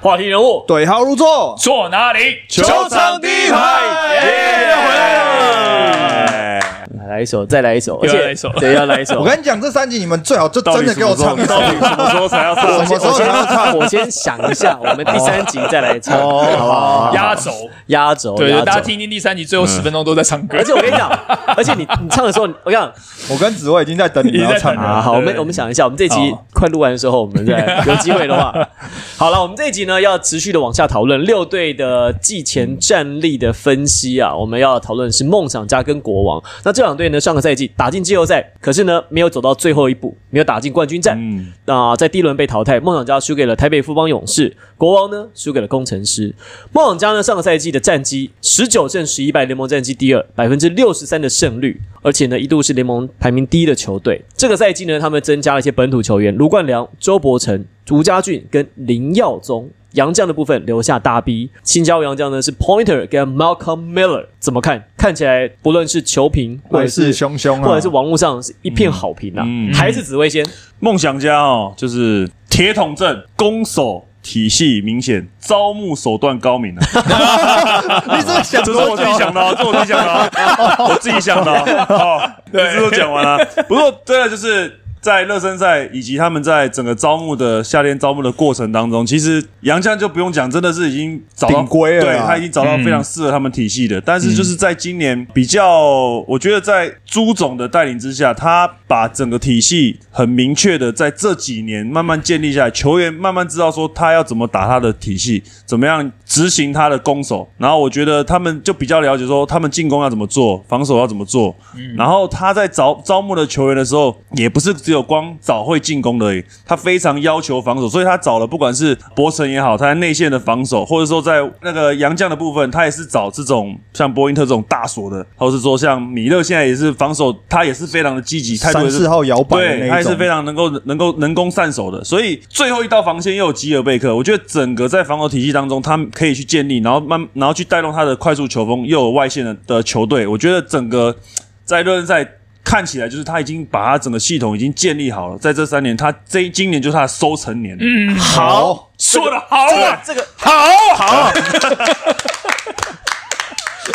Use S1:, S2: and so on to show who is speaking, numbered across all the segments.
S1: 话题人物
S2: 对号入座，
S1: 坐哪里？
S2: 球场第一排耶
S1: 又回来了。
S3: 来一首，再来一首，
S1: 又
S3: 而
S1: 要
S3: 且
S1: 来一首
S3: 对，要来一首。
S2: 我跟你讲，这三集你们最好就
S4: 到
S2: 真
S4: 底
S2: 的
S4: 什
S2: 给我
S4: 么时候？
S2: 唱一首
S4: 到，底什么时候才要
S2: 什
S4: 上？
S2: 么时候才要唱？哦
S3: 我先想一下，我们第三集再来唱，好
S4: 哦
S3: 不好？
S4: 啊
S1: 压轴，
S3: 压轴，
S1: 对
S3: 压
S1: 对，
S3: 轴
S1: 大家。听听第三集最后十分钟都在唱歌
S3: 而，且我跟 你讲，而且你你唱的时候，我跟你讲
S2: 我跟紫薇已经在等你们要唱
S1: 已经在等
S2: 了。
S3: 啊，好，我
S1: 对
S3: 们
S1: 对
S3: 我们想一下，我们这集
S1: 好
S3: 快录完的时候，我们再有机会的话，好了，我们这一集呢要持续的往下讨论六队的季前战力的分析啊，我们要讨论的是梦想家跟国王。那这两队呢，上个赛季打进季后赛，可是呢没有走到最后一步，没有打进冠军战。
S4: 嗯，
S3: 那、在第一轮被淘汰，梦想家输给了台北富邦勇士，国王呢输给了工程师。梦想家呢上个赛季的战绩十九胜十一败，联盟战绩第二，百分之六十三的胜率，而且呢一度是联盟排名第一的球队。这个赛季呢，他们增加了一些本土球员，卢冠良、周伯成、吴家俊跟林耀宗。杨将的部分留下大 B，新加入杨将呢是 Pointer 跟 Malcolm Miller，怎么看？看起来不论是球评或
S2: 来
S3: 者
S2: 势
S3: 是
S2: 汹汹啊！
S3: 或者是网络上是一片好评啊，
S4: 嗯
S3: 还是紫薇先？
S4: 梦想家哦，就是铁桶阵，攻守体系明显，招募手段高明啊。
S2: 你这个想
S4: 这是我
S2: 多
S4: 自
S2: 久
S4: 己？想的哦，这是我自己想的 哦，我自己想的哦。哦，这次都讲完了。不过真的就是在热身赛以及他们在整个招募的夏天招募的过程当中，其实杨绛就不用讲，真的是已经找到
S2: 顶规了啊
S4: 对他已经找到非常适合他们体系的。但是就是在今年比较，我觉得在朱总的带领之下，他把整个体系很明确的在这几年慢慢建立下来，球员慢慢知道说他要怎么打他的体系，怎么样执行他的攻守。然后我觉得他们就比较了解说他们进攻要怎么做，防守要怎么做。然后他在招招募的球员的时候，也不是只有光找会进攻的而已，他非常要求防守，所以他找了不管是博城也好，他在内线的防守，或者说在那个洋将的部分，他也是找这种像波因特这种大锁的，或是说像米勒现在也是防守，他也是非常的积极，态度
S2: 三
S4: 也是
S2: 四号摇摆的
S4: 对，
S2: 那
S4: 他
S2: 一
S4: 也
S2: 种
S4: 是非，常能够能够能攻善守的，所以最后一道防线又有吉尔贝克，我觉得整个在防守体系当中，他们可以去建立，然后慢，然后去带动他的快速球风，又有外线的的球队，我觉得整个在热身赛看起来就是他已经把他整个系统已经建立好了，在这三年，他这今年就是他的收成年，嗯，
S2: 好，
S1: 说的好啊，
S3: 这个
S1: 好好，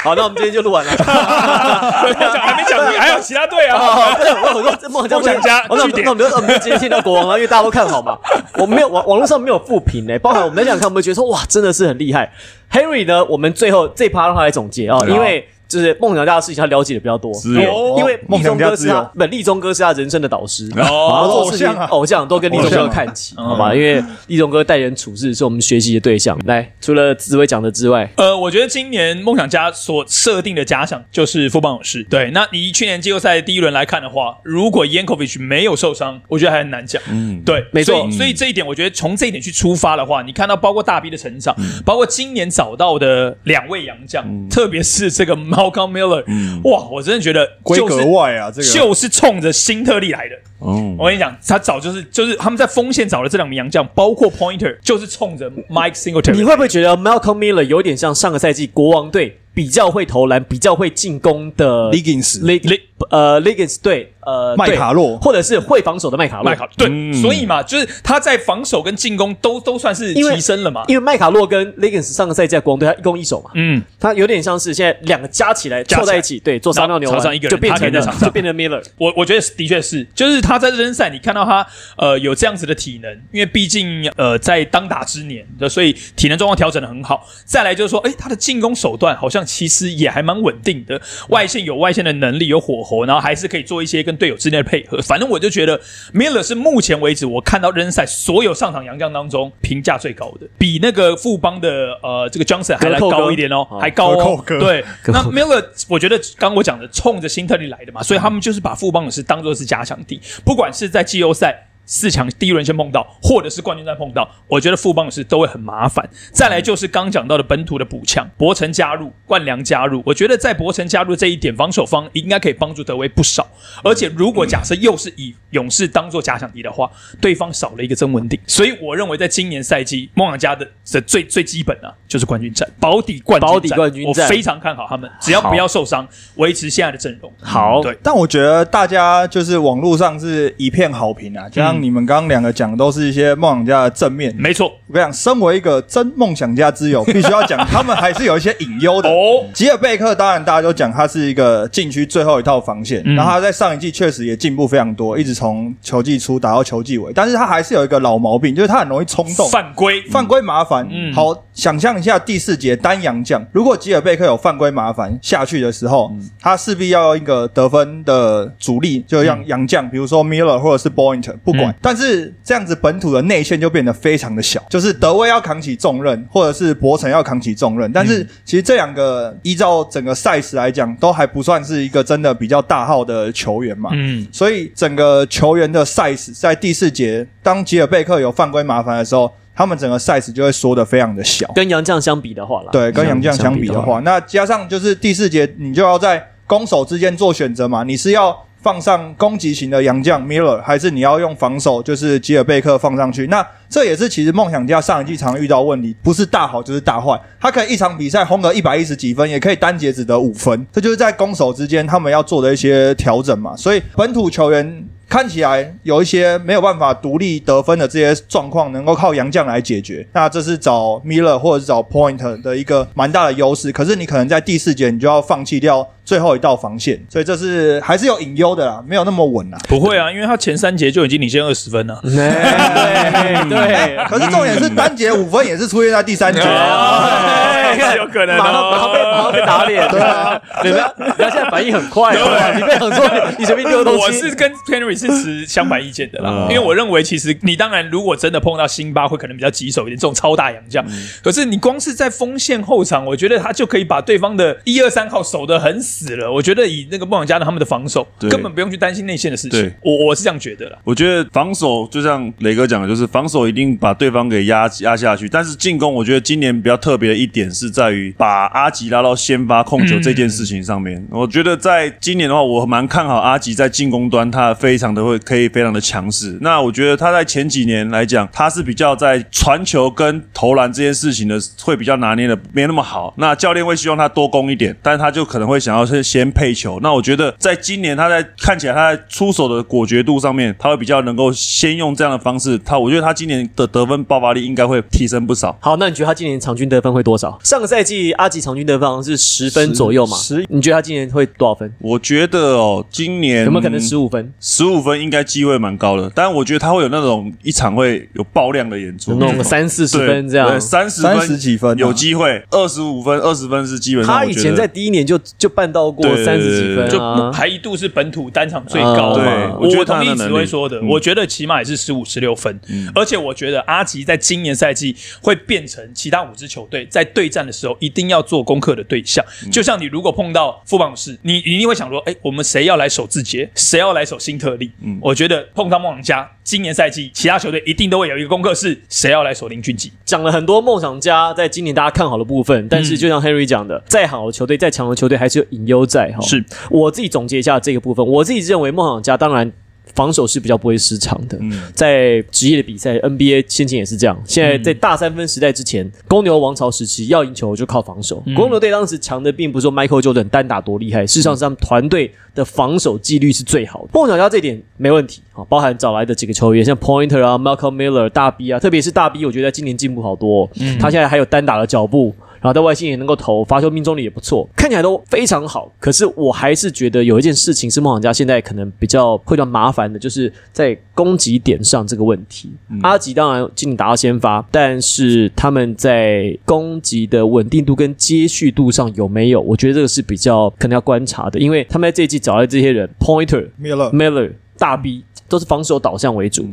S3: 好，那我们今天就录完了。嗯
S1: 我讲 还没讲，还有其他队 啊。
S3: 好，不是我我说这梦想
S1: 梦想家
S3: 我那我
S1: 据点
S3: 那我们就我们就今天听到国王了，因为大家都看好嘛。我没有网网络上没有复评呢，包含我们在想看，我们觉得说哇，真的是很厉害。Henry 呢，我们最后这一趴让他来总结啊、哦，因为就是梦想家的事情他了解的比较多，
S4: 只有
S3: 因为立
S2: 梦
S3: 中
S2: 想家
S3: 哥是
S2: 自
S3: 他
S2: 由，
S3: 本立中哥是他人生的导师。
S1: 哦，
S3: 然后
S2: 偶像啊
S3: 偶像都跟立中
S2: 偶像
S3: 哥
S2: 啊
S3: 看齐，好吧？因为立中哥待人处事是我们学习的对象。来，除了紫薇讲的之外，
S1: 呃，我觉得今年梦想家所设定的假想就是富邦勇士。对，那你以去年季后赛第一轮来看的话，如果 Yankovic 没有受伤，我觉得还很难讲。嗯，对，
S3: 没错
S1: 所以所以这一点，我觉得从这一点去出发的话，你看到包括大 B 的成长，
S3: 嗯
S1: 包括今年找到的两位洋将，特别是这个 Malcolm Miller，、哇，
S3: 嗯
S1: 我真的觉得
S2: 规
S1: 就是
S2: 格外啊，这个
S1: 就是冲着新特利来的。
S4: 嗯
S1: 我跟你讲，他早就是就是他们在锋线找的这两名洋将，包括 Pointer，就是冲着 Mike Singletary 来的。
S3: 你会不会觉得 Malcolm Miller 有点像上个赛季国王队比较会投篮、比较会进攻的
S2: Liggins
S3: Lig Lig 呃 Liggins 队呃
S2: 麦卡洛
S3: 对或者是会防守的麦卡洛？
S1: 麦卡对，
S4: 嗯
S1: 所以嘛，就是他在防守跟进攻都都算是
S3: 因为
S1: 提升了嘛。
S3: 因为麦卡洛跟 Liggins 上个赛季在国王队他一攻一守嘛，
S1: 嗯，
S3: 他有点像是现在两个加起来
S1: 加起
S3: 凑
S1: 来
S3: 在一起，对，做撒尿牛
S1: 然后朝上一
S3: 丸
S1: 个人
S3: 就变
S1: 他可
S3: 成
S1: 以在
S3: 了
S1: 场上
S3: 就变成 Miller。
S1: 我我觉得的确是，就是他在热身赛，你看到他呃有这样子的体能，因为毕竟呃在当打之年，所以体能状况调整的很好。再来就是说，哎，他的进攻手段好像其实也还蛮稳定的，外线有外线的能力，有火候，然后还是可以做一些跟队友之间的配合。反正我就觉得 Miller 是目前为止我看到热身赛所有上场洋将当中评价最高的，比那个富邦的呃这个 Johnson 还来
S3: 格扣哥
S1: 高一点哦，还高
S2: 格扣
S1: 哦。
S2: 哥
S1: 对，
S3: 格
S1: 那
S3: 扣哥
S1: Miller，我觉得刚刚我讲的，冲着新特利来的嘛，所以他们就是把富邦勇士当做是假想敌，不管是在季后赛。四强第一轮先碰到，或者是冠军赛碰到，我觉得富邦勇士都会很麻烦。再来就是刚讲到的本土的补强，博城加入，冠良加入，我觉得在博城加入这一点，防守方应该可以帮助德威不少。而且如果假设又是以勇士当做假想敌的话，对方少了一个曾文鼎，所以我认为在今年赛季，梦想家的的最最基本啊，就是冠军战，保底冠军战，
S3: 保底冠军战
S1: 我非非常看好他们，只要不要受伤，维持现在的阵容。
S3: 好
S1: 对，
S2: 但我觉得大家就是网络上是一片好评啊，就像
S4: 嗯
S2: 像你们刚刚两个讲的都是一些梦想家的正面。
S1: 没错，
S2: 我跟你讲，身为一个真梦想家之 友，必须要讲他们还是有一些隐忧的。
S1: 哦
S2: 吉尔贝克当然大家都讲他是一个禁区最后一套防线，
S1: 嗯
S2: 然后他在上一季确实也进步非常多，一直从球季初打到球季尾，但是他还是有一个老毛病，就是他很容易冲动。
S1: 犯规，
S2: 犯规麻烦。
S1: 嗯
S2: 好，想象一下第四节单阳将，如果吉尔贝克有犯规麻烦下去的时候，
S1: 嗯
S2: 他势必要一个得分的主力，就像洋将，比如说 Miller 或者是 Boynt，不管。
S1: 嗯
S2: 但是这样子本土的内线就变得非常的小，就是德威要扛起重任，或者是博城要扛起重任。但
S1: 嗯
S2: 是其实这两个依照整个赛事来讲，都还不算是一个真的比较大号的球员嘛。
S1: 嗯，
S2: 所以整个球员的 size 在第四节，当吉尔贝克有犯规麻烦的时候，他们整个 size 就会缩得非常的小。
S3: 跟杨将相比的话啦，
S2: 对，跟杨将啊相比的
S3: 相比的
S2: 话，那加上就是第四节，你就要在攻守之间做选择嘛，你是要放上攻击型的杨将 Miller，还是你要用防守，就是吉尔贝克放上去？那这也是其实梦想家上一季常遇到问题，不是大好就是大坏，他可以一场比赛轰个一百一十几分，也可以单节只得五分，这就是在攻守之间他们要做的一些调整嘛。所以本土球员。看起来有一些没有办法独立得分的这些状况，能够靠洋将来解决。那这是找 Miller 或者是找 Point 的一个蛮大的优势。可是你可能在第四节你就要放弃掉最后一道防线，所以这是还是有隐忧的啦，没有那么稳啦。
S1: 不会啊，因为他前三节就已经领先二十分 了。
S3: 哎 对
S2: 可是重点是单节五分也是出现在第三节、啊
S3: 啊
S1: 哎看有可能
S3: 马上马上被马
S1: 哦。
S3: 上被打脸，
S2: 对啊，
S3: 你不要不要现在反应很快哦，你不要想说 你随便丢东西，
S1: 我是跟 Henry 是持相反意见的啦，
S4: 嗯
S1: 因为我认为其实你当然如果真的碰到辛巴，会可能比较棘手一点，这种超大洋将。
S3: 嗯
S1: 可是你光是在锋线后场，我觉得他就可以把对方的一二三号守得很死了。我觉得以那个梦想家的他们的防守，
S4: 对
S1: 根本不用去担心内线的事情
S4: 对。
S1: 我我是这样觉得啦。
S4: 我觉得防守就像雷哥讲的，就是防守一定把对方给压压下去，但是进攻，我觉得今年比较特别的一点是在于把阿吉拉到先发控球这件事情上面。我觉得在今年的话，我蛮看好阿吉在进攻端，他非常的会可以非常的强势。那我觉得他在前几年来讲，他是比较在传球跟投篮这件事情的会比较拿捏的没那么好。那教练会希望他多攻一点，但是他就可能会想要先先配球。那我觉得在今年他在看起来他在出手的果决度上面，他会比较能够先用这样的方式。他我觉得他今年的得分爆发力应该会提升不少。
S3: 好，那你觉得他今年场均得分会多少？上个赛季阿吉场均得分好像是十分左右嘛，
S2: 十
S3: 你觉得他今年会多少分？
S4: 我觉得哦，今年
S3: 有没有可能十五分？
S4: 十五分应该机会蛮高的，但我觉得他会有那种一场会有爆量的演出，
S3: 有那种三四十
S4: 对
S3: 分这样
S4: 嗯对，？三十
S2: 三十几分啊
S4: 有机会，二十五分、二十分是基本上
S3: 他
S4: 我
S3: 以
S4: 觉得。
S3: 前在第一年就就办到过
S4: 对对对
S3: 三十几分
S1: 就
S3: 啊，
S1: 还一度是本土单场最高嘛。
S3: 啊
S4: 对我觉得他
S1: 同
S4: 的
S1: 意
S4: 能
S1: 紫
S4: 力
S1: 薇说的，
S4: 嗯
S1: 我觉得起码也是十五、十六分。而且我觉得阿吉在今年赛季会变成其他五支球队在对战的时候一定要做功课的对象。
S4: 嗯
S1: 就像你如果碰到副榜士，你你一定会想说，哎，我们谁要来守字节，谁要来守新特利？
S4: 嗯
S1: 我觉得碰到梦想家，今年赛季其他球队一定都会有一个功课是谁要来守林俊杰。
S3: 讲了很多梦想家在今年大家看好的部分，
S4: 嗯
S3: 但是就像 Henry 讲的，再好的球队、再强的球队还是有隐忧在哈。
S4: 是
S3: 我自己总结一下这个部分，我自己认为梦想家当然。防守是比较不会失常的，在职业的比赛，NBA 先前也是这样。现在在大三分时代之前，公牛王朝时期要赢球就靠防守。公牛队当时强的并不是说 Michael Jordan 单打多厉害，事实上是他们团队的防守纪律是最好的。梦想家这点没问题啊，包含找来的几个球员，像 Pointer 啊、Malcolm Miller、大 B 啊，特别是大 B，我觉得今年进步好多、哦。他现在还有单打的脚步，然后在外线也能够投，罚球命中率也不错，看起来都非常好。可是我还是觉得有一件事情是梦想家现在可能比较会比较麻烦的，就是在攻击点上这个问题。阿吉当然进打到先发，但是他们在攻击的稳定度跟接续度上有没有？我觉得这个是比较可能要观察的，因为他们在这一季找来这些人，Pointer、
S2: Miller
S3: Miller、大 B 都是防守导向为主。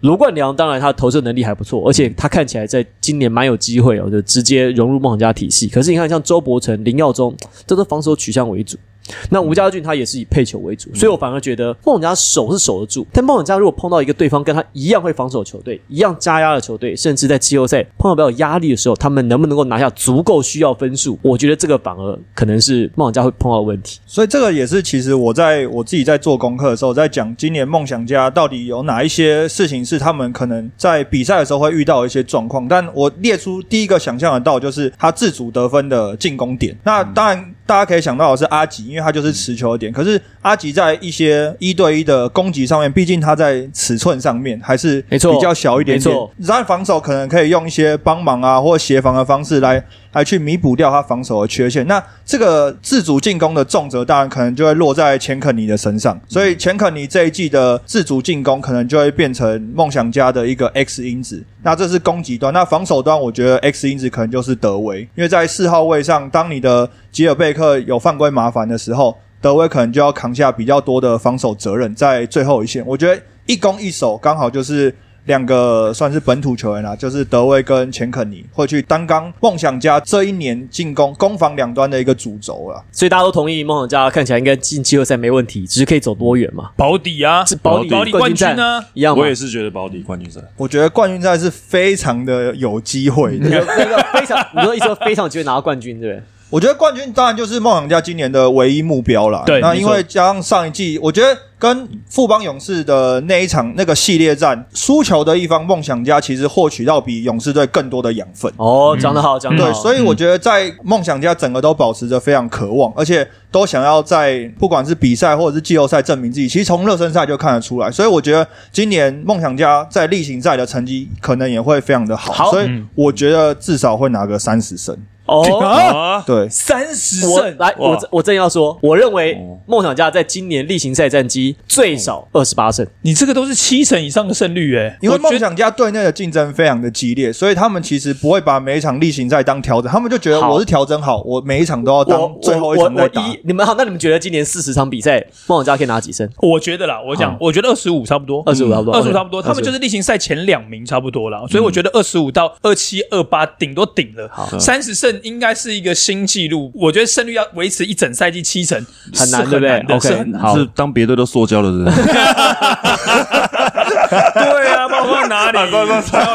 S3: 罗冠良当然他的投射能力还不错，而且他看起来在今年蛮有机会哦，就直接融入梦想家体系。可是你看，像周伯成、林耀宗，这都防守取向为主。那吴家俊他也是以配球为主，所以我反而觉得梦想家守是守得住，但梦想家如果碰到一个对方跟他一样会防守的球队，一样加压的球队，甚至在季后赛碰到比较有压力的时候，他们能不能够拿下足够需要分数？我觉得这个反而可能是梦想家会碰到的问题。
S2: 所以这个也是，其实我在我自己在做功课的时候，在讲今年梦想家到底有哪一些事情是他们可能在比赛的时候会遇到一些状
S3: 嗯
S2: 况。但我列出第一个想象得到，就是他自主得分的进攻点。那当然。大家可以想到的是阿吉，因为他就是持球点。可是阿吉在一些一对一的攻击上面，毕竟他在尺寸上面还是
S3: 没错
S2: 比较小一点点
S3: 没错。
S2: 然后防守可能可以用一些帮忙啊或协防的方式来来去弥补掉他防守的缺陷。那这个自主进攻的重责，当然可能就会落在钱肯尼的身上。所以钱肯尼这一季的自主进攻，可能就会变成梦想家的一个 X 因子。那这是攻击端，那防守端，我觉得 X 因子可能就是德维，因为在四号位上，当你的吉尔贝克有犯规麻烦的时候，德威可能就要扛下比较多的防守责任，在最后一线。我觉得一攻一守刚好就是两个算是本土球员啦，啊就是德威跟钱肯尼会去担纲梦想家这一年进攻攻防两端的一个主轴啊啦。
S3: 所以大家都同意梦想家看起来应该进季后赛没问题，只是可以走多远嘛？
S1: 保底啊，
S3: 是保底
S1: 保底冠军
S3: 冠军
S1: 啊，
S3: 一样嘛
S4: 我也是觉得保底冠军赛，
S2: 我觉得冠军赛是非常的有机会的。
S1: 嗯
S3: 那个那个非常，你说一说非常有机会拿到冠军，对不对？
S2: 我觉得冠军当然就是梦想家今年的唯一目标啦。
S1: 对
S2: 那
S1: 没
S2: 因
S1: 错
S2: 为加上上一季，我觉得跟富邦勇士的那一场那个系列战，输球的一方梦想家其实获取到比勇士队更多的养分。
S3: 哦，讲得好，讲得好。
S2: 对，所以我觉得在梦想家整个都保持着非常渴望，而且都想要在不管是比赛或者是季后赛证明自己。其实从热身赛就看得出来，所以我觉得今年梦想家在例行赛的成绩可能也会非常的好，
S3: 好
S2: 所以我觉得至少会拿个三十胜。
S3: 哦，
S4: 啊，
S2: 对，
S1: 三十
S3: 我
S1: 胜，
S3: 来，
S4: 哇
S3: 我我正要说，我认为
S4: 哦
S3: 梦想家在今年例行赛战绩最
S1: 哦
S3: 少二十八胜，
S1: 你这个都是七成以上的胜率诶、
S2: 因为
S1: 我觉
S2: 梦
S1: 得
S2: 想家队内的竞争非常的激烈，所以他们其实不会把每一场例行赛当调整，他们就觉得
S3: 好
S2: 我是调整好，我每一场都要
S3: 我
S2: 当
S3: 我
S2: 最后一
S3: 我
S2: 场
S3: 我
S2: 再打。
S3: 一你们好，那你们觉得今年四十场比赛，梦想家可以拿几胜？
S1: 我觉得啦，我讲
S3: 好，
S1: 我觉得二十五差不多，嗯
S3: 25差不多
S1: 二十五
S3: OK，
S1: 差不多，他们
S3: 25
S1: 就是例行赛前两名差不多
S3: 嗯
S1: 啦，所以我觉得二十五到二七、二八顶多顶了，三十胜应该是一个新纪录。我觉得胜率要维持一整赛季七成
S3: 很难
S1: 是
S3: 对不对
S1: 难的
S3: OK
S1: 是很难
S3: 好
S4: 是当别队都塑胶的人，
S1: 对 啊，包括哪 里？开玩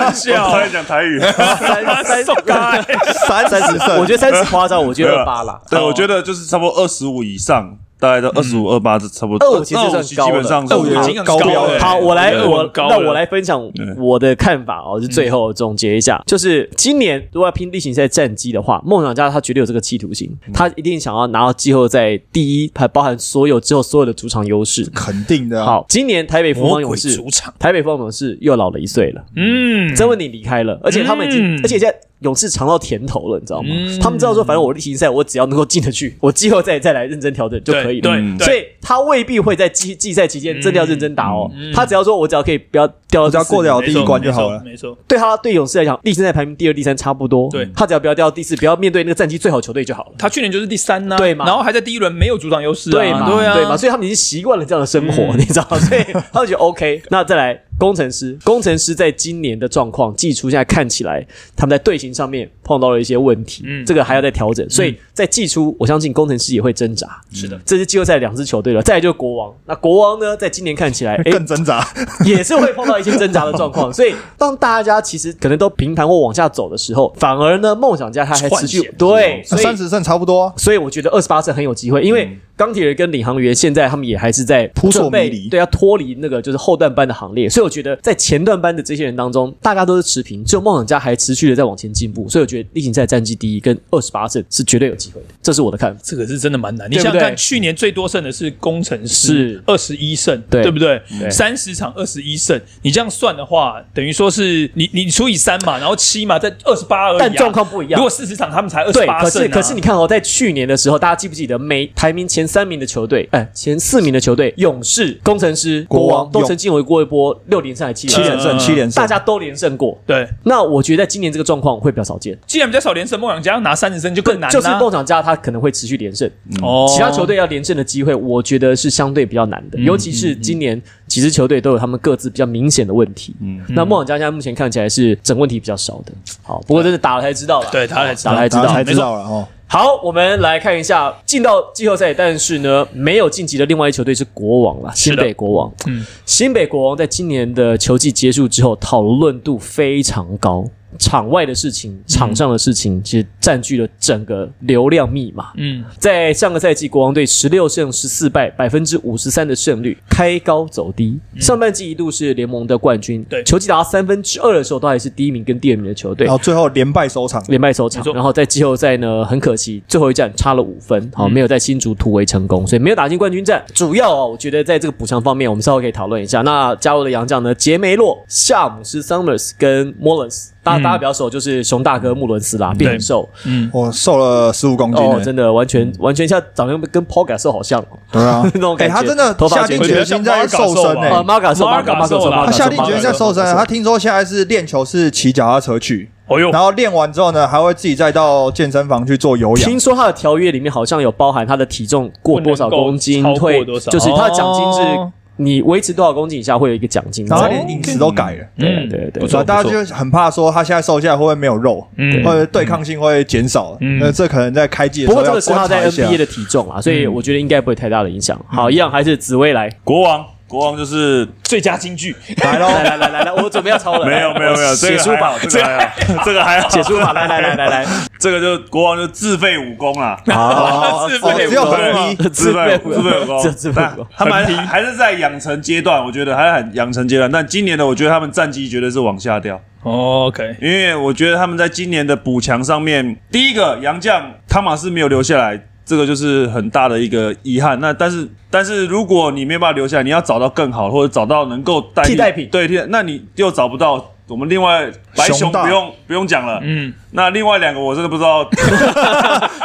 S4: 我
S1: 笑
S4: 才，讲台语。
S1: 他送开。
S2: 三十胜，
S3: 我觉得三十夸张，我觉
S4: 没
S3: 得
S4: 有啦
S3: 二八
S1: 啊
S3: 啦。嗯
S4: 对，我觉得就是差不多二十五以上，大概到二十五、二八，这差不多。
S3: 25其实算
S4: 基
S3: 高了
S4: 本上是
S2: 25已经很高标了
S3: 好，我来
S1: 对
S3: 我
S1: 很高嗯
S3: 那
S1: 了
S3: 我来分享我的看法哦，就最后总结一下，就是今年如果要拼例行赛战绩的话，梦想家他绝对有这个企图心，
S1: 嗯
S3: 他一定想要拿到季后赛第一，还包含所有之后所有的主场优势。
S2: 肯定的、啊。，
S3: 好，今年台北富邦
S1: 嗯魔
S3: 勇
S1: 鬼
S3: 士
S1: 主，场，
S3: 台北富邦勇士又老了一岁了。
S1: 嗯，
S3: 曾文鼎离开了，而且他们已经，
S1: 嗯
S3: 而且现在勇士尝到甜头了，你知道吗？
S1: 嗯
S3: 他们知道说，反正我例行赛我只要能够进得去，我季后赛再来认真调整就可以
S1: 对
S3: 了。
S4: 嗯
S1: 对
S3: 所
S1: 对，
S3: 以他未必会在季季赛期间真的要认真打哦。
S1: 嗯
S3: 他只要说，我只要可以不要掉到
S2: 只要
S3: 第四名
S2: 过掉
S1: 没
S2: 第
S1: 错
S2: 一关就好了。
S1: 没错，没错
S3: 对他对勇士来讲，例行赛排名第二、第三差不多。
S1: 对
S3: 他只要不要掉到第四，不要面对那个战绩最好球队就好了。
S1: 他去年就是第三呐，
S3: 对嘛
S1: 然后还在第一轮没有主场优势啊，
S3: 对嘛？
S1: 对啊，嗯
S3: 嘛？所以他们已经习惯了这样的生活，你知道吗，所以他们觉得 OK。那再来，工程师，工程师在今年的状况，季初现在看起来他们在队形上面碰到了一些问题，
S1: 嗯
S3: 这个还要再调整。所以在季初，我相信工程师也会挣扎。
S1: 是的，
S3: 这是季后赛两支球队了，再来就是国王。那国王呢，在今年看起 来，哎，
S2: 更挣扎，
S3: 也是会碰到一些挣扎的状况。所以，当大家其实可能都平盘或往下走的时候，反而呢，梦想家他还持
S1: 窜
S3: 续
S1: 险
S3: 对，所以
S2: 嗯三十嗯胜差不多、啊。
S3: 所以我觉得二十八胜很有机会，因为钢铁人跟领航员现在他们也还是在
S2: 扑朔
S3: 准
S2: 迷
S3: 备
S2: 离
S3: 对，要脱离那个就是后段班的行列。所以我觉得在前段班的这些人当中，大家都是持平，只有梦想家还持续的在往前进步。所以我觉得例行赛战绩第一跟二十八胜是绝对有机会的，这是我的看法。
S1: 这个是真的蛮难。你
S3: 对不
S1: 想想看，
S3: 对
S1: 去年最多胜的是工程师
S3: 是，
S1: 二十一胜，
S3: 对
S1: 不对
S3: 对？
S1: 三十场二十一胜，你这样算的话，等于说是你你除以三嘛，然后七嘛，在二十八而已啊。
S3: 但状况不一样
S1: 如果四十场他们才二
S3: 对
S1: 十，八
S3: 可
S1: 胜啊
S3: 是可是你看哦，在去年的时候，大家记不记得每排名前三名的球队，哎，前四名的球队，勇士、工程师、
S2: 国
S3: 国
S2: 王
S3: 王都
S2: 勇
S3: 曾经有过一波六连胜还是七
S2: 七
S3: 连
S2: 连
S3: 胜，
S2: 胜，
S3: 嗯
S2: 七连胜，
S3: 大家都连胜过。
S1: 对，
S3: 那我觉得在今年这个状况会比较少见。
S1: 既然比较少连胜，梦想家要拿三十胜就更难啦。
S3: 就是梦想家他可能会持续连胜，
S1: 哦，嗯
S3: 其他球队要连胜的机会，我觉得是相对比较难的。尤其是今年几支球队都有他们各自比较明显的问题。嗯，那梦想家现在目前看起来是整问题比较少的。好，不过真的打了才知道了。
S1: 对打了才知道
S3: 打了才知
S2: 大家
S3: 道
S2: 才。知道了哦。
S3: 好，我们来看一下进到季后赛，但是呢没有晋级的另外一球队是国王了，新
S1: 的
S3: 北国王。
S1: 嗯
S3: 新北国王在今年的球季结束之后，讨论度非常高。场外的事
S1: 嗯
S3: 情、场上的事情，其实占据了整个流量密码。
S1: 嗯，
S3: 在上个赛季，国王队十六胜十四败，百分之五十三的胜率，开高走低。上半季一度是联盟的冠军，
S1: 嗯对
S3: 球季达到三分之二的时候，都还是第一名跟第二名的球队
S2: 然。后最后连败收场。
S3: 连败收场
S1: 没，错
S3: 然后在季后赛呢，很可惜，最后一战差了五分，好、没有在新竹突围成功，所以没有打进冠军战。嗯主要哦，我觉得在这个补强方面，我们稍后可以讨论一下。那加入的洋将呢，杰梅洛、夏姆斯、Summers 跟莫伦斯，大家、大家比较熟就是熊大哥穆伦斯啦，变很瘦
S1: 嗯
S2: 我瘦了十五公斤、
S3: 哦，
S2: 欸，
S3: 真的完全完全像长得跟 Paul 感受好像、哦。 ，
S2: 对啊
S3: 那种
S2: 哎、
S3: 感觉
S2: 他真的
S3: 头发
S2: 下
S3: 卷
S2: 定
S3: 卷
S2: 决心在
S1: 我
S2: 瘦身
S1: 觉
S2: 哎、
S1: 得
S3: 呃
S1: 像
S2: 欸，
S3: 马卡瘦，马
S1: Marc
S3: 卡马卡瘦，
S1: Gasol 啦
S3: 马
S2: 他
S3: 卡
S2: 下
S3: 瘦，
S2: 定
S3: 马
S2: 决
S3: 卡
S2: 心在瘦身、啊。他听说现在是练球是骑脚踏车去，
S1: 哦哟
S2: 然，后练完之后呢，还会自己再到健身房去做有氧。
S3: 听说他的条约里面好像有包含他的体重过多少公斤
S1: 不能够超
S3: 退
S1: 过多，少
S3: 就是他的奖金是
S1: 哦
S3: 你维持多少公斤以下会有一个奖金。
S2: 然后他连饮食都改了，
S3: 对对
S1: 不
S3: 对
S2: 所
S1: 错，
S2: 以大
S1: 不
S2: 家
S1: 错，
S2: 就很怕说他现在瘦下来会不会没有肉，
S1: 嗯
S2: 或者对抗性会减少。
S1: 嗯
S2: 那这可能在开季的
S3: 不
S2: 时候
S3: 过这
S2: 要
S3: 个是他
S2: 观察
S3: 在
S2: 一下
S3: NBA。的体重啊，所以我觉得应该不会太大的影响。好，一样还是紫薇来，
S4: 国王，国王就是
S1: 最佳金句，
S2: 来喽，
S3: 来来来来来，我准备要抄了。
S4: 没有没有没有，这
S3: 写
S4: 个
S3: 书
S4: 还
S3: 法
S4: 好，，这个还好，这个还好，
S3: 写书法，来来来来来，
S4: 这个就国王就自废武功 啦。
S2: 好，哦
S1: 自费
S2: 只有
S1: 武功
S2: 红
S4: 对
S2: 衣，
S4: 自
S3: 费
S4: 费
S3: 武功
S4: 自费武功，
S3: 只有 自费武功
S4: 那他们还还是在养成阶段，我觉得还在很养成阶段。但今年的，我觉得他们战绩绝对是往下掉，
S1: 哦 OK，
S4: 因为我觉得他们在今年的补强上面，第一个杨将汤马斯没有留下来。这个就是很大的一个遗憾。那但是但是，如果你没有办法留下来，你要找到更好，或者找到能够代
S3: 替代品
S4: 对，替代那你又找不到。我们另外白
S2: 熊
S4: 熊
S2: 大
S4: 不用不用讲了，
S1: 嗯，
S4: 那另外两个我真的不知道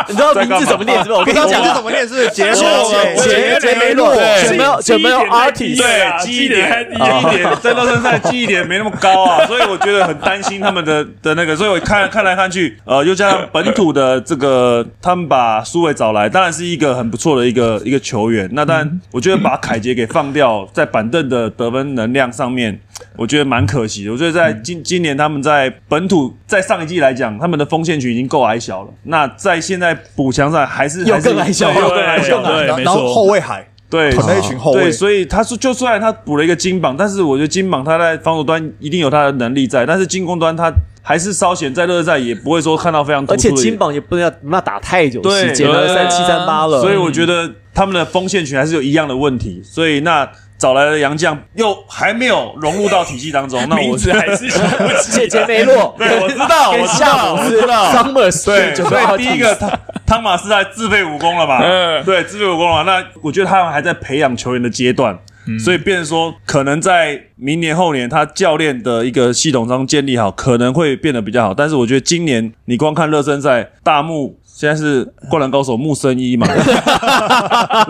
S3: 你知道名字怎么念是吧？我
S2: 不
S3: 跟
S2: 知道
S3: 你讲
S2: 名字
S3: 啊
S2: 怎，么念，是不是 杰
S3: 杰
S2: 洛
S3: 杰
S2: 欸？
S3: 杰杰梅洛，怎么样怎么样 artist？
S4: 对，记忆点，啊记忆点，在热身赛记忆点没那么高啊， 所以我觉得很担心他们的的那个，所以我看看来看去，呃，又加上本土的这个，呃他们把苏伟找来，当然是一个很不错的一个一个球员。那当然，我觉得把凯杰给放掉，在板凳的得分能量上面，我觉得蛮可惜的。我觉得在今今年他们在本土，在上一季来讲，他们的锋线群已经够矮小了。那在现在补强上还是
S3: 又
S4: 还是
S3: 更矮小
S4: 对又更矮小，
S1: 对
S4: 啊对
S2: 然后
S1: 没
S2: 然后
S1: 错
S2: 后卫海
S4: 对，
S2: 囤了一群后卫
S3: 欸
S4: 对，，所以他说，就虽然他补了一个金榜，但是我觉得金榜他在防守端一定有他的能力在，但是进攻端他还是稍显在热赛也不会说看到非常突
S3: 而
S4: 出的
S3: 且
S4: 一个。
S3: 金榜也不能要不能要打太久
S4: 对
S3: 时间了，
S4: 对
S3: 三七三八了，
S4: 所以我觉得他们的锋线群还是有一样的问题，所以那找来的杨将又还没有融入到体系当中，那
S1: 名
S4: 我
S1: 字还是想不 起
S3: 姐姐梅洛，
S4: 对我知 道
S3: 跟
S4: 我知道
S3: 夏姆斯
S4: 我知道
S3: Summers
S4: 对，
S3: 就
S4: 所
S3: 是
S4: 以第一个汤汤马斯在自废武功了嘛？
S1: 嗯
S4: 对，自废武功了。那我觉得他们还在培养球员的阶段，所以变成说，可能在明年后年，他教练的一个系统上建立好，可能会变得比较好。但是我觉得今年你光看热身赛，大木。现在是灌篮高手木生一嘛，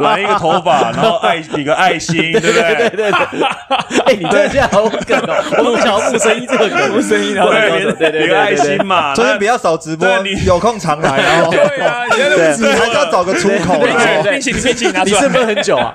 S4: 染一个头发，然后爱比个爱心，对不对？
S3: 对对 对，哎，你真的现在好梗哦！我们想要木生一这个梗，木生一，然后对对对对
S4: 比个爱心嘛。
S2: 最近
S4: 啊那
S2: 比较少直播
S4: 对，你
S2: 有空常来哦。
S1: 对啊，你在
S2: 对，
S1: 那
S2: 你还是要找个出口
S3: 对对
S2: 啦。
S1: 边请边请拿
S3: 你
S1: 出
S3: 是
S1: 来，
S3: 不是很久啊？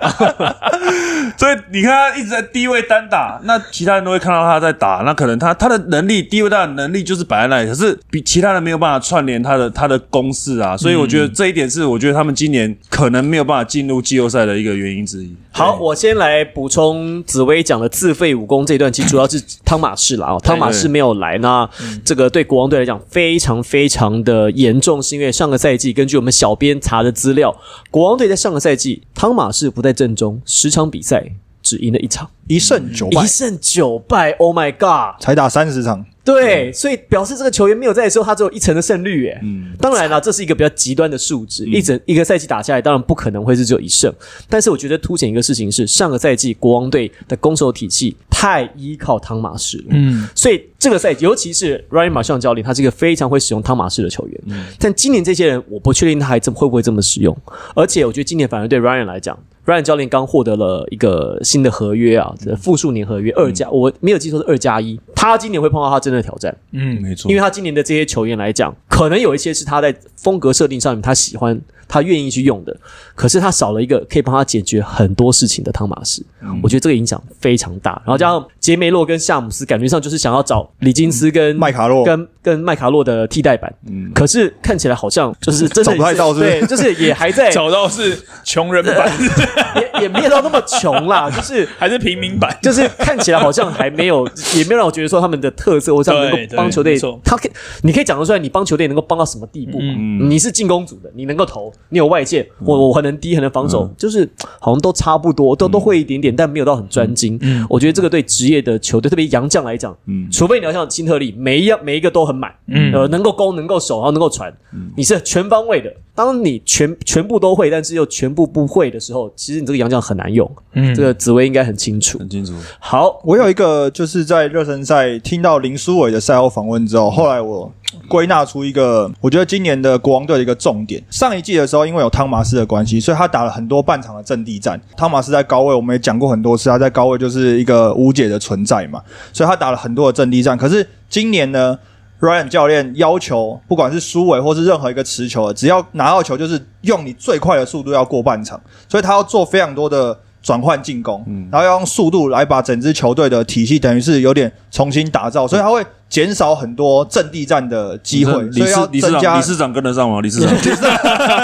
S4: 所以你看他一直在低位单打，那其他人都会看到他在打，那可能他他的能力低位单打的能力就是摆在那里，可是比其他人没有办法串联他的他的攻势啊，所以我觉得这一点是我觉得他们今年可能没有办法进入季后赛的一个原因之一。
S3: 好，我先来补充紫薇讲的自废武功这一段，其实主要是汤马士啦哦，汤马士没有来，那这个对国王队来讲非常非常的严重，是因为上个赛季根据我们小编查的资料，国王队在上个赛季汤马士不在阵中，十场比赛只赢了一场，
S2: 一胜九败
S3: 一，胜嗯九败，Oh my God！
S2: 才打三十场，
S3: 对，所以表示这个球员没有在的时候，他只有一成的胜率，哎，当然啦，这是一个比较极端的数值，一整一个赛季打下来，当然不可能会是只有一胜，但是我觉得凸显一个事情是，上个赛季国王队的攻守体系太依靠汤马士了，
S1: 嗯，
S3: 所以这个赛季，尤其是 Ryan 马上教练，他是一个非常会使用汤马士的球员。但今年这些人，我不确定他还这么会不会这么使用。而且我觉得今年反而对 Ryan 来讲，Ryan 教练刚获得了一个新的合约啊，这复数年合约二加，我没有记错是二加一。他今年会碰到他真正的挑战，
S1: 嗯，
S4: 没错
S3: 因为他今年的这些球员来讲，可可能有一些是他在风格设定上面他喜欢，他愿意去用的，可是他少了一个可以帮他解决很多事情的汤马士，
S2: 嗯
S3: 我觉得这个影响非常大。然后加上杰梅洛跟夏姆斯，感觉上就是想要找里金斯跟
S2: 嗯麦卡洛嗯
S3: 跟跟麦卡洛的替代版，可是看起来好像就是真的
S2: 找不太到是不是
S3: 对，就是也还 在
S1: 找到是穷人 版
S3: 也也没有到那么穷啦，就是。
S1: 还是平民版？
S3: 就是看起来好像还没 有，也没有让我觉得说他们的特色或者他们能
S1: 对
S3: 够
S1: 对
S3: 帮球队
S1: 没错，
S3: 他可以你可以讲得出来，你帮球队能够帮到什么地步嘛？
S1: 嗯
S3: 你是进攻组的，你能够投，你有外线，我我很能低，很能防守，
S1: 嗯
S3: 就是好像都差不多，都都会一点点，但没有到很专精。
S1: 嗯
S3: 我觉得这个对职业的球队，特别洋将来讲，除非你要像辛特利，每一样每一个都很满，
S1: 嗯
S3: 呃，能够攻，能够守，然后能够传，你是全方位的。当你全全部都会，但是又全部不会的时候，其实你这个洋将很难用。
S1: 嗯
S3: 这个紫薇应该很清楚。
S4: 很清楚。
S3: 好，
S2: 我有一个就是在热身赛听到林书伟的赛后访问之后，后来我归纳出一个，我觉得今年的国王队的一个重点。上一季的时候，因为有汤马斯的关系，所以他打了很多半场的阵地战。汤马斯在高位，我们也讲过很多次，他在高位就是一个无解的存在嘛，所以他打了很多的阵地战。可是今年呢，Ryan 教练要求，不管是苏伟或是任何一个持球的，只要拿到球，就是用你最快的速度要过半场，所以他要做非常多的转换进攻，然后要用速度来把整支球队的体系等于是有点重新打造，所以他会减少很多阵地战的机会，
S4: 理
S2: 所以
S4: 事
S2: 要
S4: 理事
S2: 增
S4: 长
S2: 加
S4: 理事长跟得上吗？理事长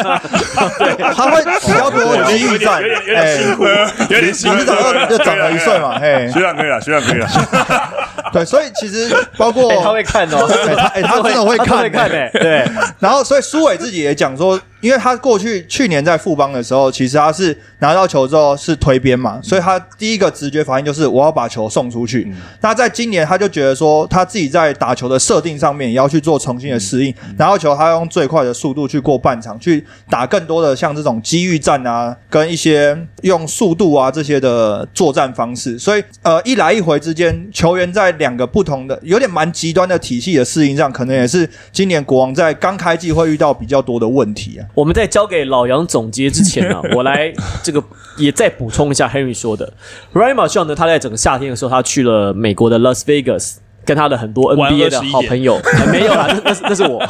S2: 他会比较多机遇战，哎，
S4: 有点
S2: 理事长又就长了一岁嘛， 嘿，
S4: 学长可以了，学长可以了。 啊
S2: 对，所以其实包括
S3: 哎他会看哦，
S2: 哎他 哎他真的会
S3: 他
S2: 看
S3: 会看哎，对，
S2: 然后，所以苏伟自己也讲说，因为他过去去年在富邦的时候，其实他是拿到球之后是推边嘛，所以他第一个直觉反应就是我要把球送出去。那在今年他就觉得说，他自己在打球的设定上面也要去做重新的适应，拿到球他用最快的速度去过半场，去打更多的像这种机遇战啊，跟一些用速度啊这些的作战方式。所以呃，一来一回之间，球员在两个不同的有点蛮极端的体系的适应上，可能也是今年国王在刚开季会遇到比较多的问题啊。
S3: 我们在交给老杨总结之前呢、啊 我来这个也再补充一下 Henry 说的。Ryan m a r s h a l 呢，他在整个夏天的时候，他去了美国的 Las Vegas。跟他的很多
S1: 玩
S3: NBA 的
S1: 21
S3: 好朋友、哎没有啦，那那是那是 我。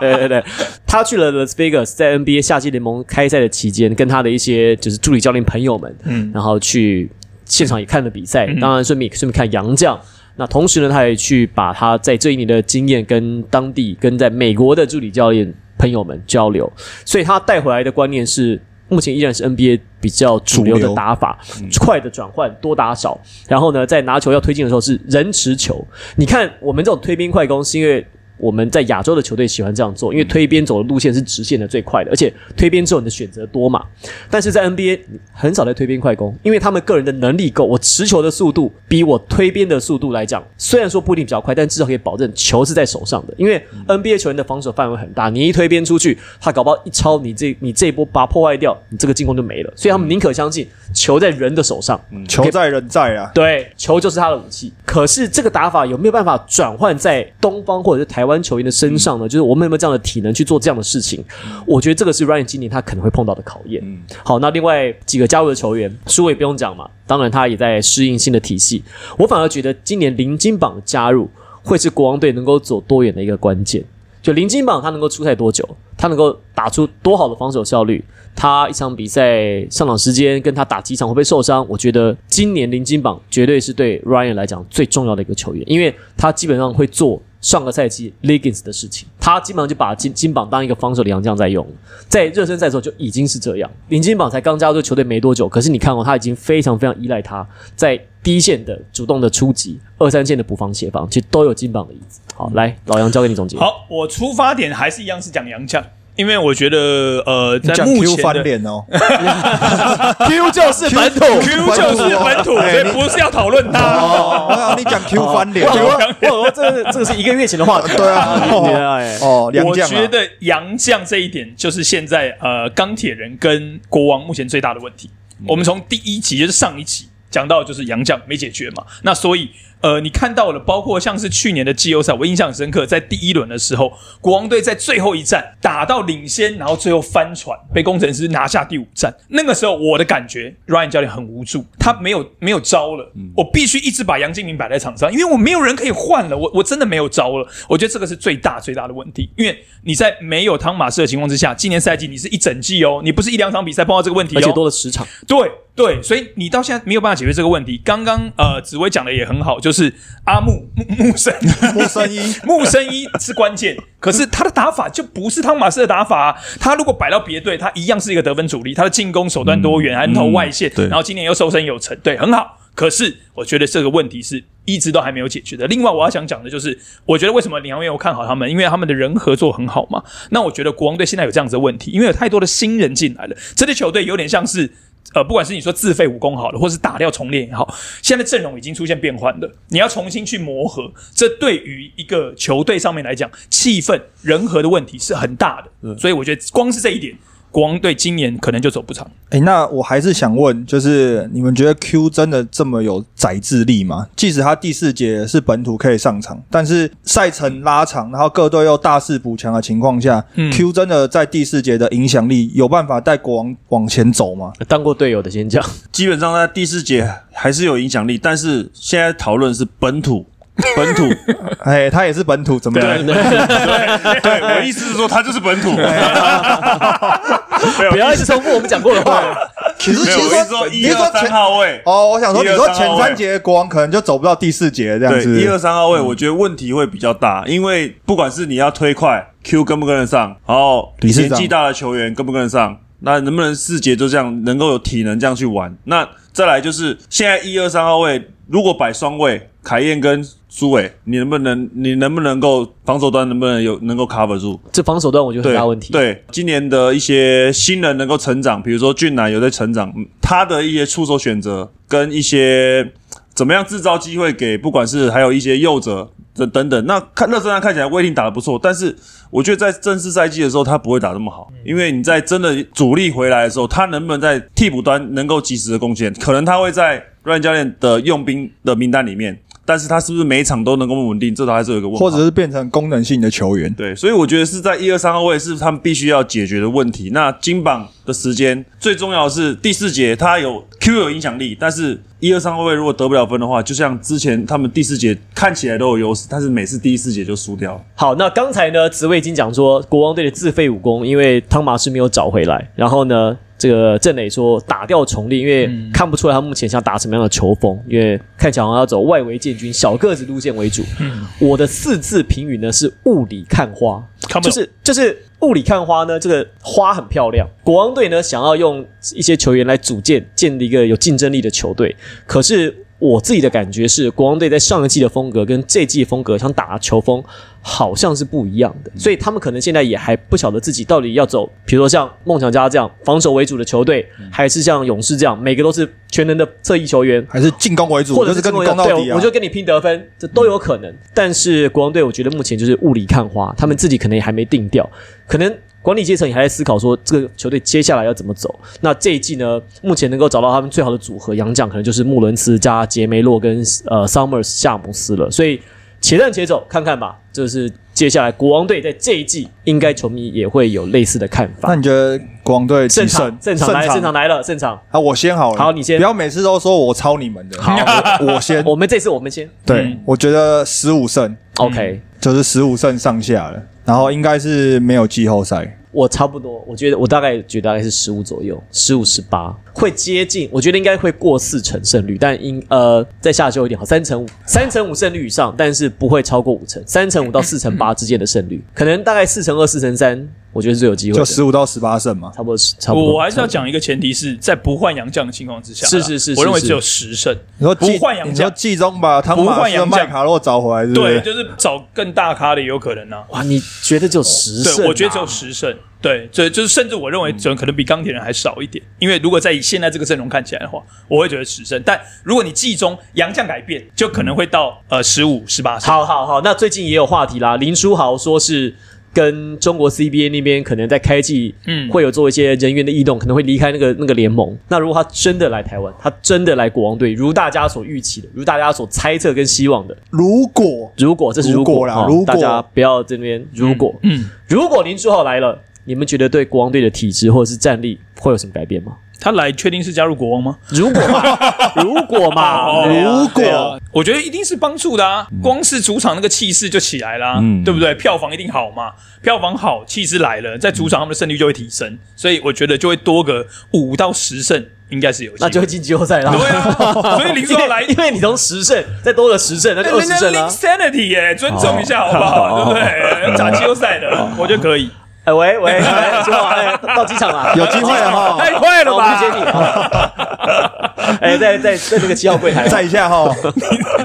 S3: 对对对，他去了 Las Vegas，在 NBA 夏季联盟开赛的期间，跟他的一些就是助理教练朋友们，嗯，然后去现场也看了比赛，当然顺便顺便看杨将。那同时呢，他也去把他在这一年的经验跟当地跟在美国的助理教练朋友们交流，所以他带回来的观念是，目前依然是 NBA 比较主流
S2: 主
S3: 的
S2: 流
S3: 打法，快的转换，多打少。然后呢，在拿球要推进的时候是人持球。你看我们这种推兵快攻，是因为我们在亚洲的球队喜欢这样做，因为推边走的路线是直线的最快的，而且推边之后你的选择多嘛。但是在 NBA 很少在推边快攻，因为他们个人的能力够，我持球的速度比我推边的速度来讲，虽然说不一定比较快，但至少可以保证球是在手上的。因为 NBA 球员的防守范围很大，你一推边出去，他搞不好一抄你这你这一波把它破坏掉，你这个进攻就没了。所以他们宁可相信球在人的手上，
S2: 球在人在啊，
S3: 对，球就是他的武器。可是这个打法有没有办法转换在东方或者是台湾球员的身上呢？就是我们有没有这样的体能去做这样的事情？我觉得这个是 Ryan 今年他可能会碰到的考验。好，那另外几个加入的球员，苏伟不用讲嘛，当然他也在适应新的体系。我反而觉得今年林金榜的加入会是国王队能够走多远的一个关键。就林金榜他能够出赛多久，他能够打出多好的防守效率，他一场比赛上场时间跟他打几场会不会受伤，我觉得今年林金榜绝对是对 Ryan 来讲最重要的一个球员，因为他基本上会做。上个赛季 Legends 的事情，他基本上就把金金榜当一个防守的洋将在用了，在热身赛的时候就已经是这样。林金榜才刚加入球队没多久，可是你看哦，他已经非常非常依赖他在第一线的主动的出击，二三线的补防协防，其实都有金榜的影子。好，来老杨交给你 总结。
S1: 好，我出发点还是一样是讲洋将，因为我觉得呃，在
S2: 讲
S1: 目
S2: Q
S1: 前
S2: 翻
S1: 的。
S2: 脸哦，
S3: Q 就是本 土。
S1: Q 就是本土，所以不是要讨论他。
S2: 哎哦，我想你讲 Q 翻脸 哦
S3: 哇，哦我我我这个这个是一个月前的 话题。
S2: 对啊
S3: 你你啊哎，
S2: 哦，杨
S1: 我
S2: 将
S1: 觉
S2: 啊，
S1: 得杨将这一点就是现在呃钢铁人跟国王目前最大
S2: 嗯
S1: 的问题。我们从第一集就是上一集讲到，就是杨将没解决嘛，那所以呃，你看到了，包括像是去年的季后赛，我印象很深刻，在第一轮的时候，国王队在最后一战打到领先，然后最后翻船，被工程师拿下第五战。那个时候我的感觉，Ryan 教练很无助，他没有没有招了，
S3: 嗯
S1: 我必须一直把杨敬明摆在场上，因为我没有人可以换了，我我真的没有招了。我觉得这个是最大最大的问题，因为你在没有汤马斯的情况之下，今年赛季你是一整季哦，你不是一两场比赛碰到这个问题、哦，
S3: 而且多了十场。
S1: 对对，所以你到现在没有办法解决这个问题。刚刚呃，紫薇讲的也很好，就是阿木木木生
S2: 木生一，
S1: 木生一是关键，可是他的打法就不是汤马斯的打法、啊。他如果摆到别队，他一样是一个得分主力，他的进攻手段多元，还能投外线，
S4: 对
S1: 然后今年又瘦身有成，对，很好。可是我觉得这个问题是一直都还没有解决的。另外，我要想讲的就是，我觉得为什么领航员我看好他们，因为他们的人合作很好嘛。那我觉得国王队现在有这样子的问题，因为有太多的新人进来了，这支球队有点像是。呃，不管是你说自废武功好了，或是打掉重练也好，现在阵容已经出现变换了，你要重新去磨合，这对于一个球队上面来讲，气氛、人和的问题是很大的。所以我觉得光是这一点，国王队今年可能就走不长。
S2: 哎，那我还是想问，就是你们觉得 Q 真的这么有宰制力吗？即使他第四节是本土可以上场，但是赛程拉长，然后各队又大势补强的情况下、
S1: 嗯
S2: q 真的在第四节的影响力有办法带国王往前走吗？
S3: 当过队友的先讲，
S4: 基本上在第四节还是有影响力，但是现在讨论是本土。本土，
S2: 哎，他也是本土，怎么
S4: 啊
S2: 样？
S4: 对我意思是说，他就是本土。 不
S3: 不要一直重复我们讲过的话。
S2: 其实
S4: 没有，
S2: 其实
S4: 我意思说
S2: 说，你
S4: 一
S2: 是
S4: 二
S2: 说
S4: 三
S2: 前
S4: 号位，
S2: 哦，我想说，你
S4: 一二
S2: 说
S4: 三
S2: 前
S4: 号
S2: 三
S4: 位
S2: 节的国王可能就走不到第四节这样
S4: 对，
S2: 子。嗯
S4: 一二三号位，我觉得问题会比较大，因为不管是你要推快，Q 跟不跟得上，然后
S2: 理事
S4: 年
S2: 长
S4: 纪大的球员跟不跟得上，那能不能四节就这样能够有体能这样去玩？那再来就是现在一二三号位，如果摆双位，凯燕跟苏伟，你能不能你能不能够防守端能不能有能够 cover 住？
S3: 这防守端我觉得
S4: 对，
S3: 很大问题。，
S4: 对，今年的一些新人能够成长，比如说俊男有在成长，嗯他的一些出手选择跟一些怎么样制造机会给，不管是还有一些右者等等等。那看热身赛看起来威霆打得不错，但是我觉得在正式赛季的时候他不会打那么
S3: 嗯
S4: 好，因为你在真的主力回来的时候，他能不能在替补端能够及时的贡献，可能他会在 Ryan 教练的用兵的名单里面。但是他是不是每一场都能够稳定，这都还是有一个问号。
S2: 或者是变成功能性的球员。
S4: 对，所以我觉得是在一二三号位是他们必须要解决的问题。那金榜的时间最重要的是第四节，他有 Q 有影响力，但是一二三号位如果得不了分的话，就像之前他们第四节看起来都有优势，但是每次第四节就输掉了。
S3: 好，那刚才呢，紫薇已经讲说国王队的自废武功，因为汤马士没有找回来，然后呢。这个郑磊说打掉重练，因为看不出来他目前想打什么样的球风，因为看起来好像要走外围建军、小个子路线为主。我的四字评语呢是雾里看花，
S1: 看不
S3: 就
S1: 懂
S3: 是就是雾里看花呢，这个花很漂亮。国王队呢想要用一些球员来组建建立一个有竞争力的球队，可是我自己的感觉是，国王队在上一季的风格跟这季的风格想打的球风好像是不一样的，所以他们可能现在也还不晓得自己到底要走，比如说像梦想家这样防守为主的球队，还是像勇士这样每个都是全能的侧翼球员，
S2: 还是进攻为主，
S3: 或者
S2: 就是跟你
S3: 跟我
S2: 攻到底
S3: 对
S2: 啊！
S3: 我就跟你拼得分，这都有可能。但是国王队，我觉得目前就是雾里看花，他们自己可能也还没定调，可能管理阶层也还在思考说这个球队接下来要怎么走。那这一季呢，目前能够找到他们最好的组合，洋将可能就是穆伦斯加杰梅洛跟呃 Summers 夏姆斯了，所以。且战且走，看看吧。就是接下来国王队在这一季，应该球迷也会有类似的看
S2: 那
S3: 法。
S2: 你觉得国王队几
S3: 正
S2: 胜
S3: 常，？正常来了，正常来了，正常。
S2: 啊！我先好了，
S3: 好你先
S2: 不要每次都说我抄你们的。
S3: 好
S2: 我我先。
S3: 我们这次我们先
S2: 对
S1: 嗯，
S2: 我觉得十五胜
S3: OK。
S2: 就是十五胜上下了，然后应该是没有季后赛。
S3: 我差不多，我觉得我大概觉得大概是十五左右，十五十八会接近，我觉得应该会过四成胜率，但应呃再下修一点好，三成五，三成五胜率以上，但是不会超过五成，三成五到四成 八之间的胜率，可能大概四成二、四成三，我觉得是最有机会
S2: 就
S3: 的，
S2: 十五到十八胜嘛。
S3: 差不多是差不多。
S1: 我还是要
S3: 差
S1: 讲一个前提是在不换洋将的情况之下啦，
S3: 是是是是
S1: 我认为
S3: 是
S1: 只有十胜，
S2: 你说
S1: 不
S2: 季
S1: 换洋
S2: 你说
S1: 将，
S2: 季中把汤
S1: 不
S2: 马
S1: 换
S2: 斯和
S1: 洋将
S2: 麦卡洛找回来，是不
S1: 对，
S2: 是？
S1: 就是找更大咖的也有可能啊。
S3: 不多哇，你觉得只有十胜、啊嗯
S1: 对，我觉得只有。十胜，对，这就是甚至我认为准可能比钢铁人还少一点，因为如果在以现在这个阵容看起来的话，我会觉得十胜。但如果你季中洋将改变，就可能会到呃十五、十八胜。
S3: 好好好，那最近也有话题啦，林书豪说是。跟中国 CBA 那边可能在开季，
S1: 嗯
S3: 嗯，会有做一些人员的异动，可能会离开那个那个联盟。那如果他真的来台湾，他真的来国王队，如大家所预期的，如大家所猜测跟希望的，
S2: 如果
S3: 如果这是
S2: 如
S3: 如
S2: 果
S3: 果
S2: 啦
S3: 哦
S2: 如果
S3: 大家不要这边如果，
S1: 嗯，
S3: 如果林书豪来了，你们觉得对国王队的体质或者是战力会有什么改变 吗？
S1: 他来确定是加入国王吗？
S3: 如果嘛，如果嘛，
S1: 对啊
S2: 哦如
S1: 对啊
S2: 果
S1: 我觉得一定是帮助的啊，光是主场那个气势就起来啦，
S4: 嗯
S1: 对不对？票房一定好嘛，票房好，气势来了，在主场他们的胜率就会提升，所以我觉得就会多个五到十胜，应该是有机会。
S3: 那就会进季后赛啦。
S1: 对 啊，所以林书豪来哎
S3: 因为因为你从十胜再多了十胜，那就二
S1: 人
S3: 十
S1: 家
S3: 胜啊
S1: Link
S3: 啦。
S1: Sanity 耶、尊重一下好不好？对不对？打季后赛的，我觉得可以。
S3: 哎 喂喂，哎说好哎到机场了，
S2: 有机会啊了哈
S3: 哎
S1: 太快了吧
S3: 我去接 你。哎，在在在那个七号柜台，啊
S2: 再一下 哈，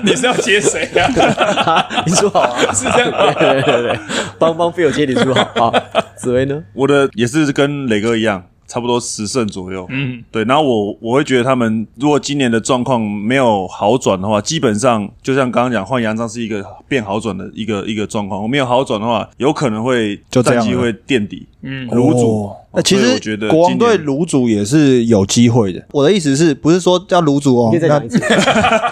S1: 你是要接谁啊？
S3: 林书豪啊，
S1: 是这样吗
S3: 对对对对，帮帮 Phil 接林书 豪啊。紫薇呢？
S4: 我的也是跟磊哥一样，差不多十胜左右。
S1: 嗯，
S4: 对。然后我我会觉得他们如果今年的状况没有好转的话，基本上就像刚刚讲换杨章是一个变好转的一个一个状况，我没有好转的话，有可能会
S2: 就这样了
S4: 战绩会垫底。
S1: 嗯
S4: 卤煮
S2: 哦。那其
S4: 所以
S2: 实
S4: 我觉得
S2: 国王队
S4: 今年
S2: 卤煮也是有机会的。我的意思是不是说叫卤煮哦
S3: 你可以？
S2: 那
S3: 再讲一次。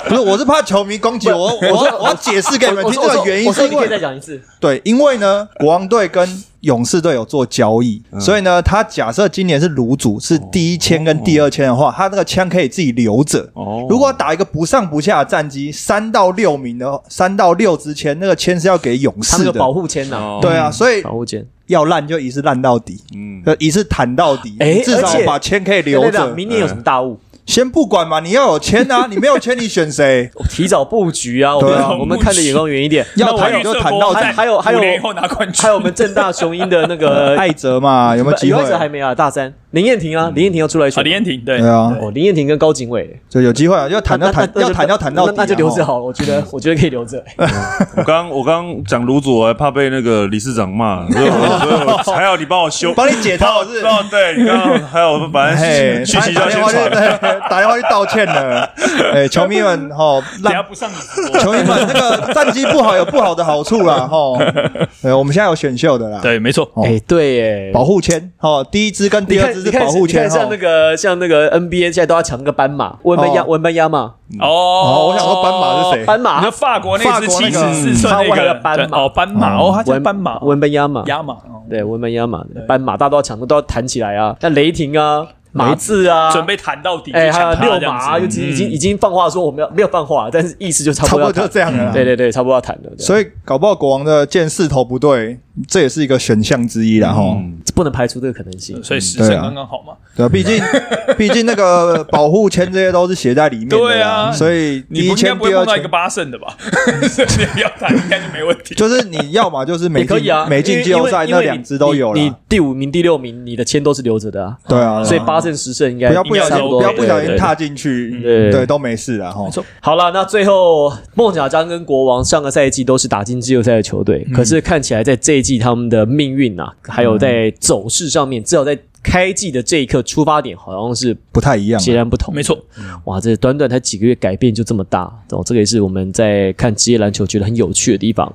S2: 不是，我是怕球迷攻击我，我我要我要解释给你们
S3: 我
S2: 哦听这
S3: 说
S2: 个原因
S3: 我说
S2: 是因
S3: 我说你可以再
S2: 为
S3: 讲一次。
S2: 对，因为呢，国王队跟勇士队有做交易，
S3: 嗯
S2: 所以呢，他假设今年是卤煮是
S3: 哦
S2: 第一签跟第二签的话，他那个签可以自己留着。
S4: 哦
S2: 如果打一个不上不下的战绩，三到六名的三到六之签，那个签是要给勇
S3: 他那
S2: 士
S3: 个
S2: 的。
S3: 保护嗯签呐，
S4: 哦
S2: 对啊，所以
S3: 保护签。
S2: 要烂就一次烂到底，
S4: 嗯，
S2: 呃一次谈到底，
S3: 哎
S2: 你至
S3: 而
S2: 少
S3: 且
S2: 把签可以留
S3: 对对对
S2: 着。
S3: 明年有什么大物？
S2: 先不管嘛，你要有签啊，你没有签你选谁？
S3: 我提早布局啊，我
S2: 嗯对啊
S3: 们我们看的眼光远一点。
S2: 要
S1: 那我
S2: 谈
S1: 预
S2: 就
S1: 测
S2: 谈
S1: 国
S2: 到
S1: 王
S2: 底
S1: 在
S3: 还有还有
S1: 五年以后拿冠军，
S3: 还有我们正大雄鹰的那个
S2: 艾哲嘛，有没有机
S3: 有
S2: 会嗯哦
S3: 一？则还没啊，大三林彦廷啊，林彦廷要出来
S1: 啊
S3: 选
S1: 李彦廷对
S2: 对啊，
S3: 哦，林彦廷跟高景伟
S2: 就有机会啊，要谈
S3: 那
S2: 要
S3: 那
S2: 谈
S3: 那
S2: 要谈要谈到底啊，
S3: 那那就留着
S2: 哦。
S3: 好了，我觉得我觉得可以留着。
S4: 我刚我刚讲卤煮，我还怕被那个理事 长骂，所以我所以我还好你帮我修，
S2: 帮你解套是
S4: 帮我对，你刚刚还有反
S2: 嘿，
S4: 正讯息就
S2: 打
S4: 要
S2: 电
S4: 先
S2: 话去
S4: 传。
S2: 对 打电话去道歉 了。哎，球迷们哈，
S1: 等下
S2: 让
S1: 不上你直播。
S2: 球迷们那个战绩不好有不好的好处 啦哈。哎，我们现在有选秀的啦，
S1: 对，没错，
S2: 哦
S3: 哎，对耶，
S2: 保护签哈，第一支跟
S3: 你
S2: 第二
S3: 看
S2: 支
S3: 你
S2: 是
S3: 看
S2: 保护
S3: 你看
S2: 签哈
S3: 像。那个像那个 NBA 现在都要抢那个斑马，文班亚
S2: 哦
S3: 文班亚嘛，
S1: 哦，
S2: 我想说斑马是谁
S3: 斑马
S1: 那法国那只七十四寸
S2: 法
S1: 那
S3: 国那
S1: 个
S3: 个斑马
S1: 对哦，斑马哦，他叫
S3: 文
S1: 斑马，
S3: 文班亚嘛，
S1: 亚马，哦
S3: 对文班亚嘛，斑马大家都要抢，都要弹起来啊，像雷霆啊，马刺啊，
S1: 准备弹到底，
S3: 哎，
S1: 就
S3: 还有
S1: 抢他
S3: 六
S1: 这
S3: 马
S1: 样子
S3: 啊，已经已经已经放话说我们要没有放话，但是意思就差
S2: 嗯差
S3: 不
S2: 不
S3: 多
S2: 多就
S3: 要谈。
S2: 这样了啦。
S3: 对对对，差不多要谈了。对
S2: 嗯所以搞不好国王的箭势头不对，这也是一个选项之一啦哈。吼
S4: 嗯
S3: 不能排除这个可能性
S1: 嗯。所以十
S2: 对
S1: 胜
S2: 啊
S1: 刚刚好嘛。
S2: 对啊，毕 竟毕竟那个保护签这些都是写在里面的啦
S1: 对啊
S2: 所以第
S1: 你
S2: 一
S1: 不应该
S2: 签
S1: 不会
S2: 第二
S1: 碰到一个
S2: 签
S1: 八胜的吧？ 所以你要谈应该就没问题。
S2: 就是你要嘛就是没
S3: 也可以
S2: 进
S3: 啊，
S2: 没进季后赛
S3: 因
S2: 那
S3: 为因为
S2: 两支都有
S3: 你你
S2: 了，
S3: 第五名、第六名，你的签都是留着的啊。
S2: 对啊，对啊
S3: 所以八胜十胜应该
S2: 不要不小
S3: 应
S2: 心
S3: 该差多
S2: 不要不小
S3: 对
S2: 心
S3: 嗯对
S2: 踏进去，
S3: 对
S2: 对都没事了哈。
S3: 好了，那最后梦想家跟国王上个赛季都是打进季后赛的球
S2: 嗯
S3: 队，可是看起来在这一季他们的命运啊，还有
S2: 嗯
S3: 在走势上面，至少在开季的这一刻出发点好像是
S2: 不太一样啊，
S3: 截然不同。
S1: 没错，
S3: 哇，这短短才几个月改变就这么大，哦，这个也是我们在看职业篮球觉得很有趣的地方。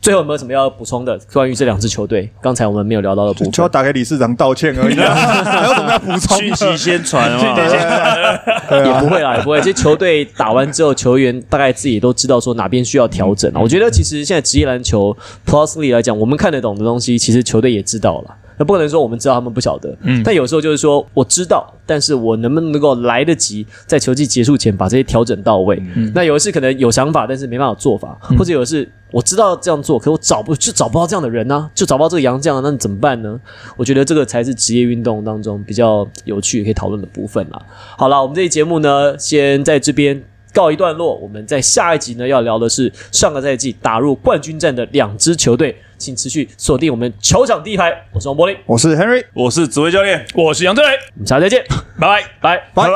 S3: 最后有没有什么要补充的关于这两支球队？刚才我们没有聊到的部
S2: 就要
S3: 分。
S2: 打给理事长道歉而 已啊，还有什么要补充
S4: 讯
S2: 的
S4: 息？先传嘛，
S3: 也不会啦，也不会。其实球队打完之后，球员大概自己都知道说哪边需要调整啊。我觉得其实现在职业篮球 Plus League 来讲，我们看得懂的东西，其实球队也知道了。那不可能说我们知道他们不晓得，嗯，但有时候就是说我知道，但是我能不能够来得及在球季结束前把这些调整到位？那有的是可能有想法，但是没办法做法，或者有的是我知道这样做，可我找不就找不到这样的人呢、就找不到这个洋将啊，那你怎么办呢？我觉得这个才是职业运动当中比较有趣也可以讨论的部分啦。好了，我们这期节目呢，先在这边告一段落。我们在下一集呢，要聊的是上个赛季打入冠军战的两支球队，请持续锁定我们球场第一排。我是王柏林，
S2: 我是 Henry。
S4: 我是紫薇教练，
S1: 我是杨振磊，
S3: 我们下次再见，
S1: 拜拜。
S3: 拜。
S4: 拜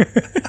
S4: 拜。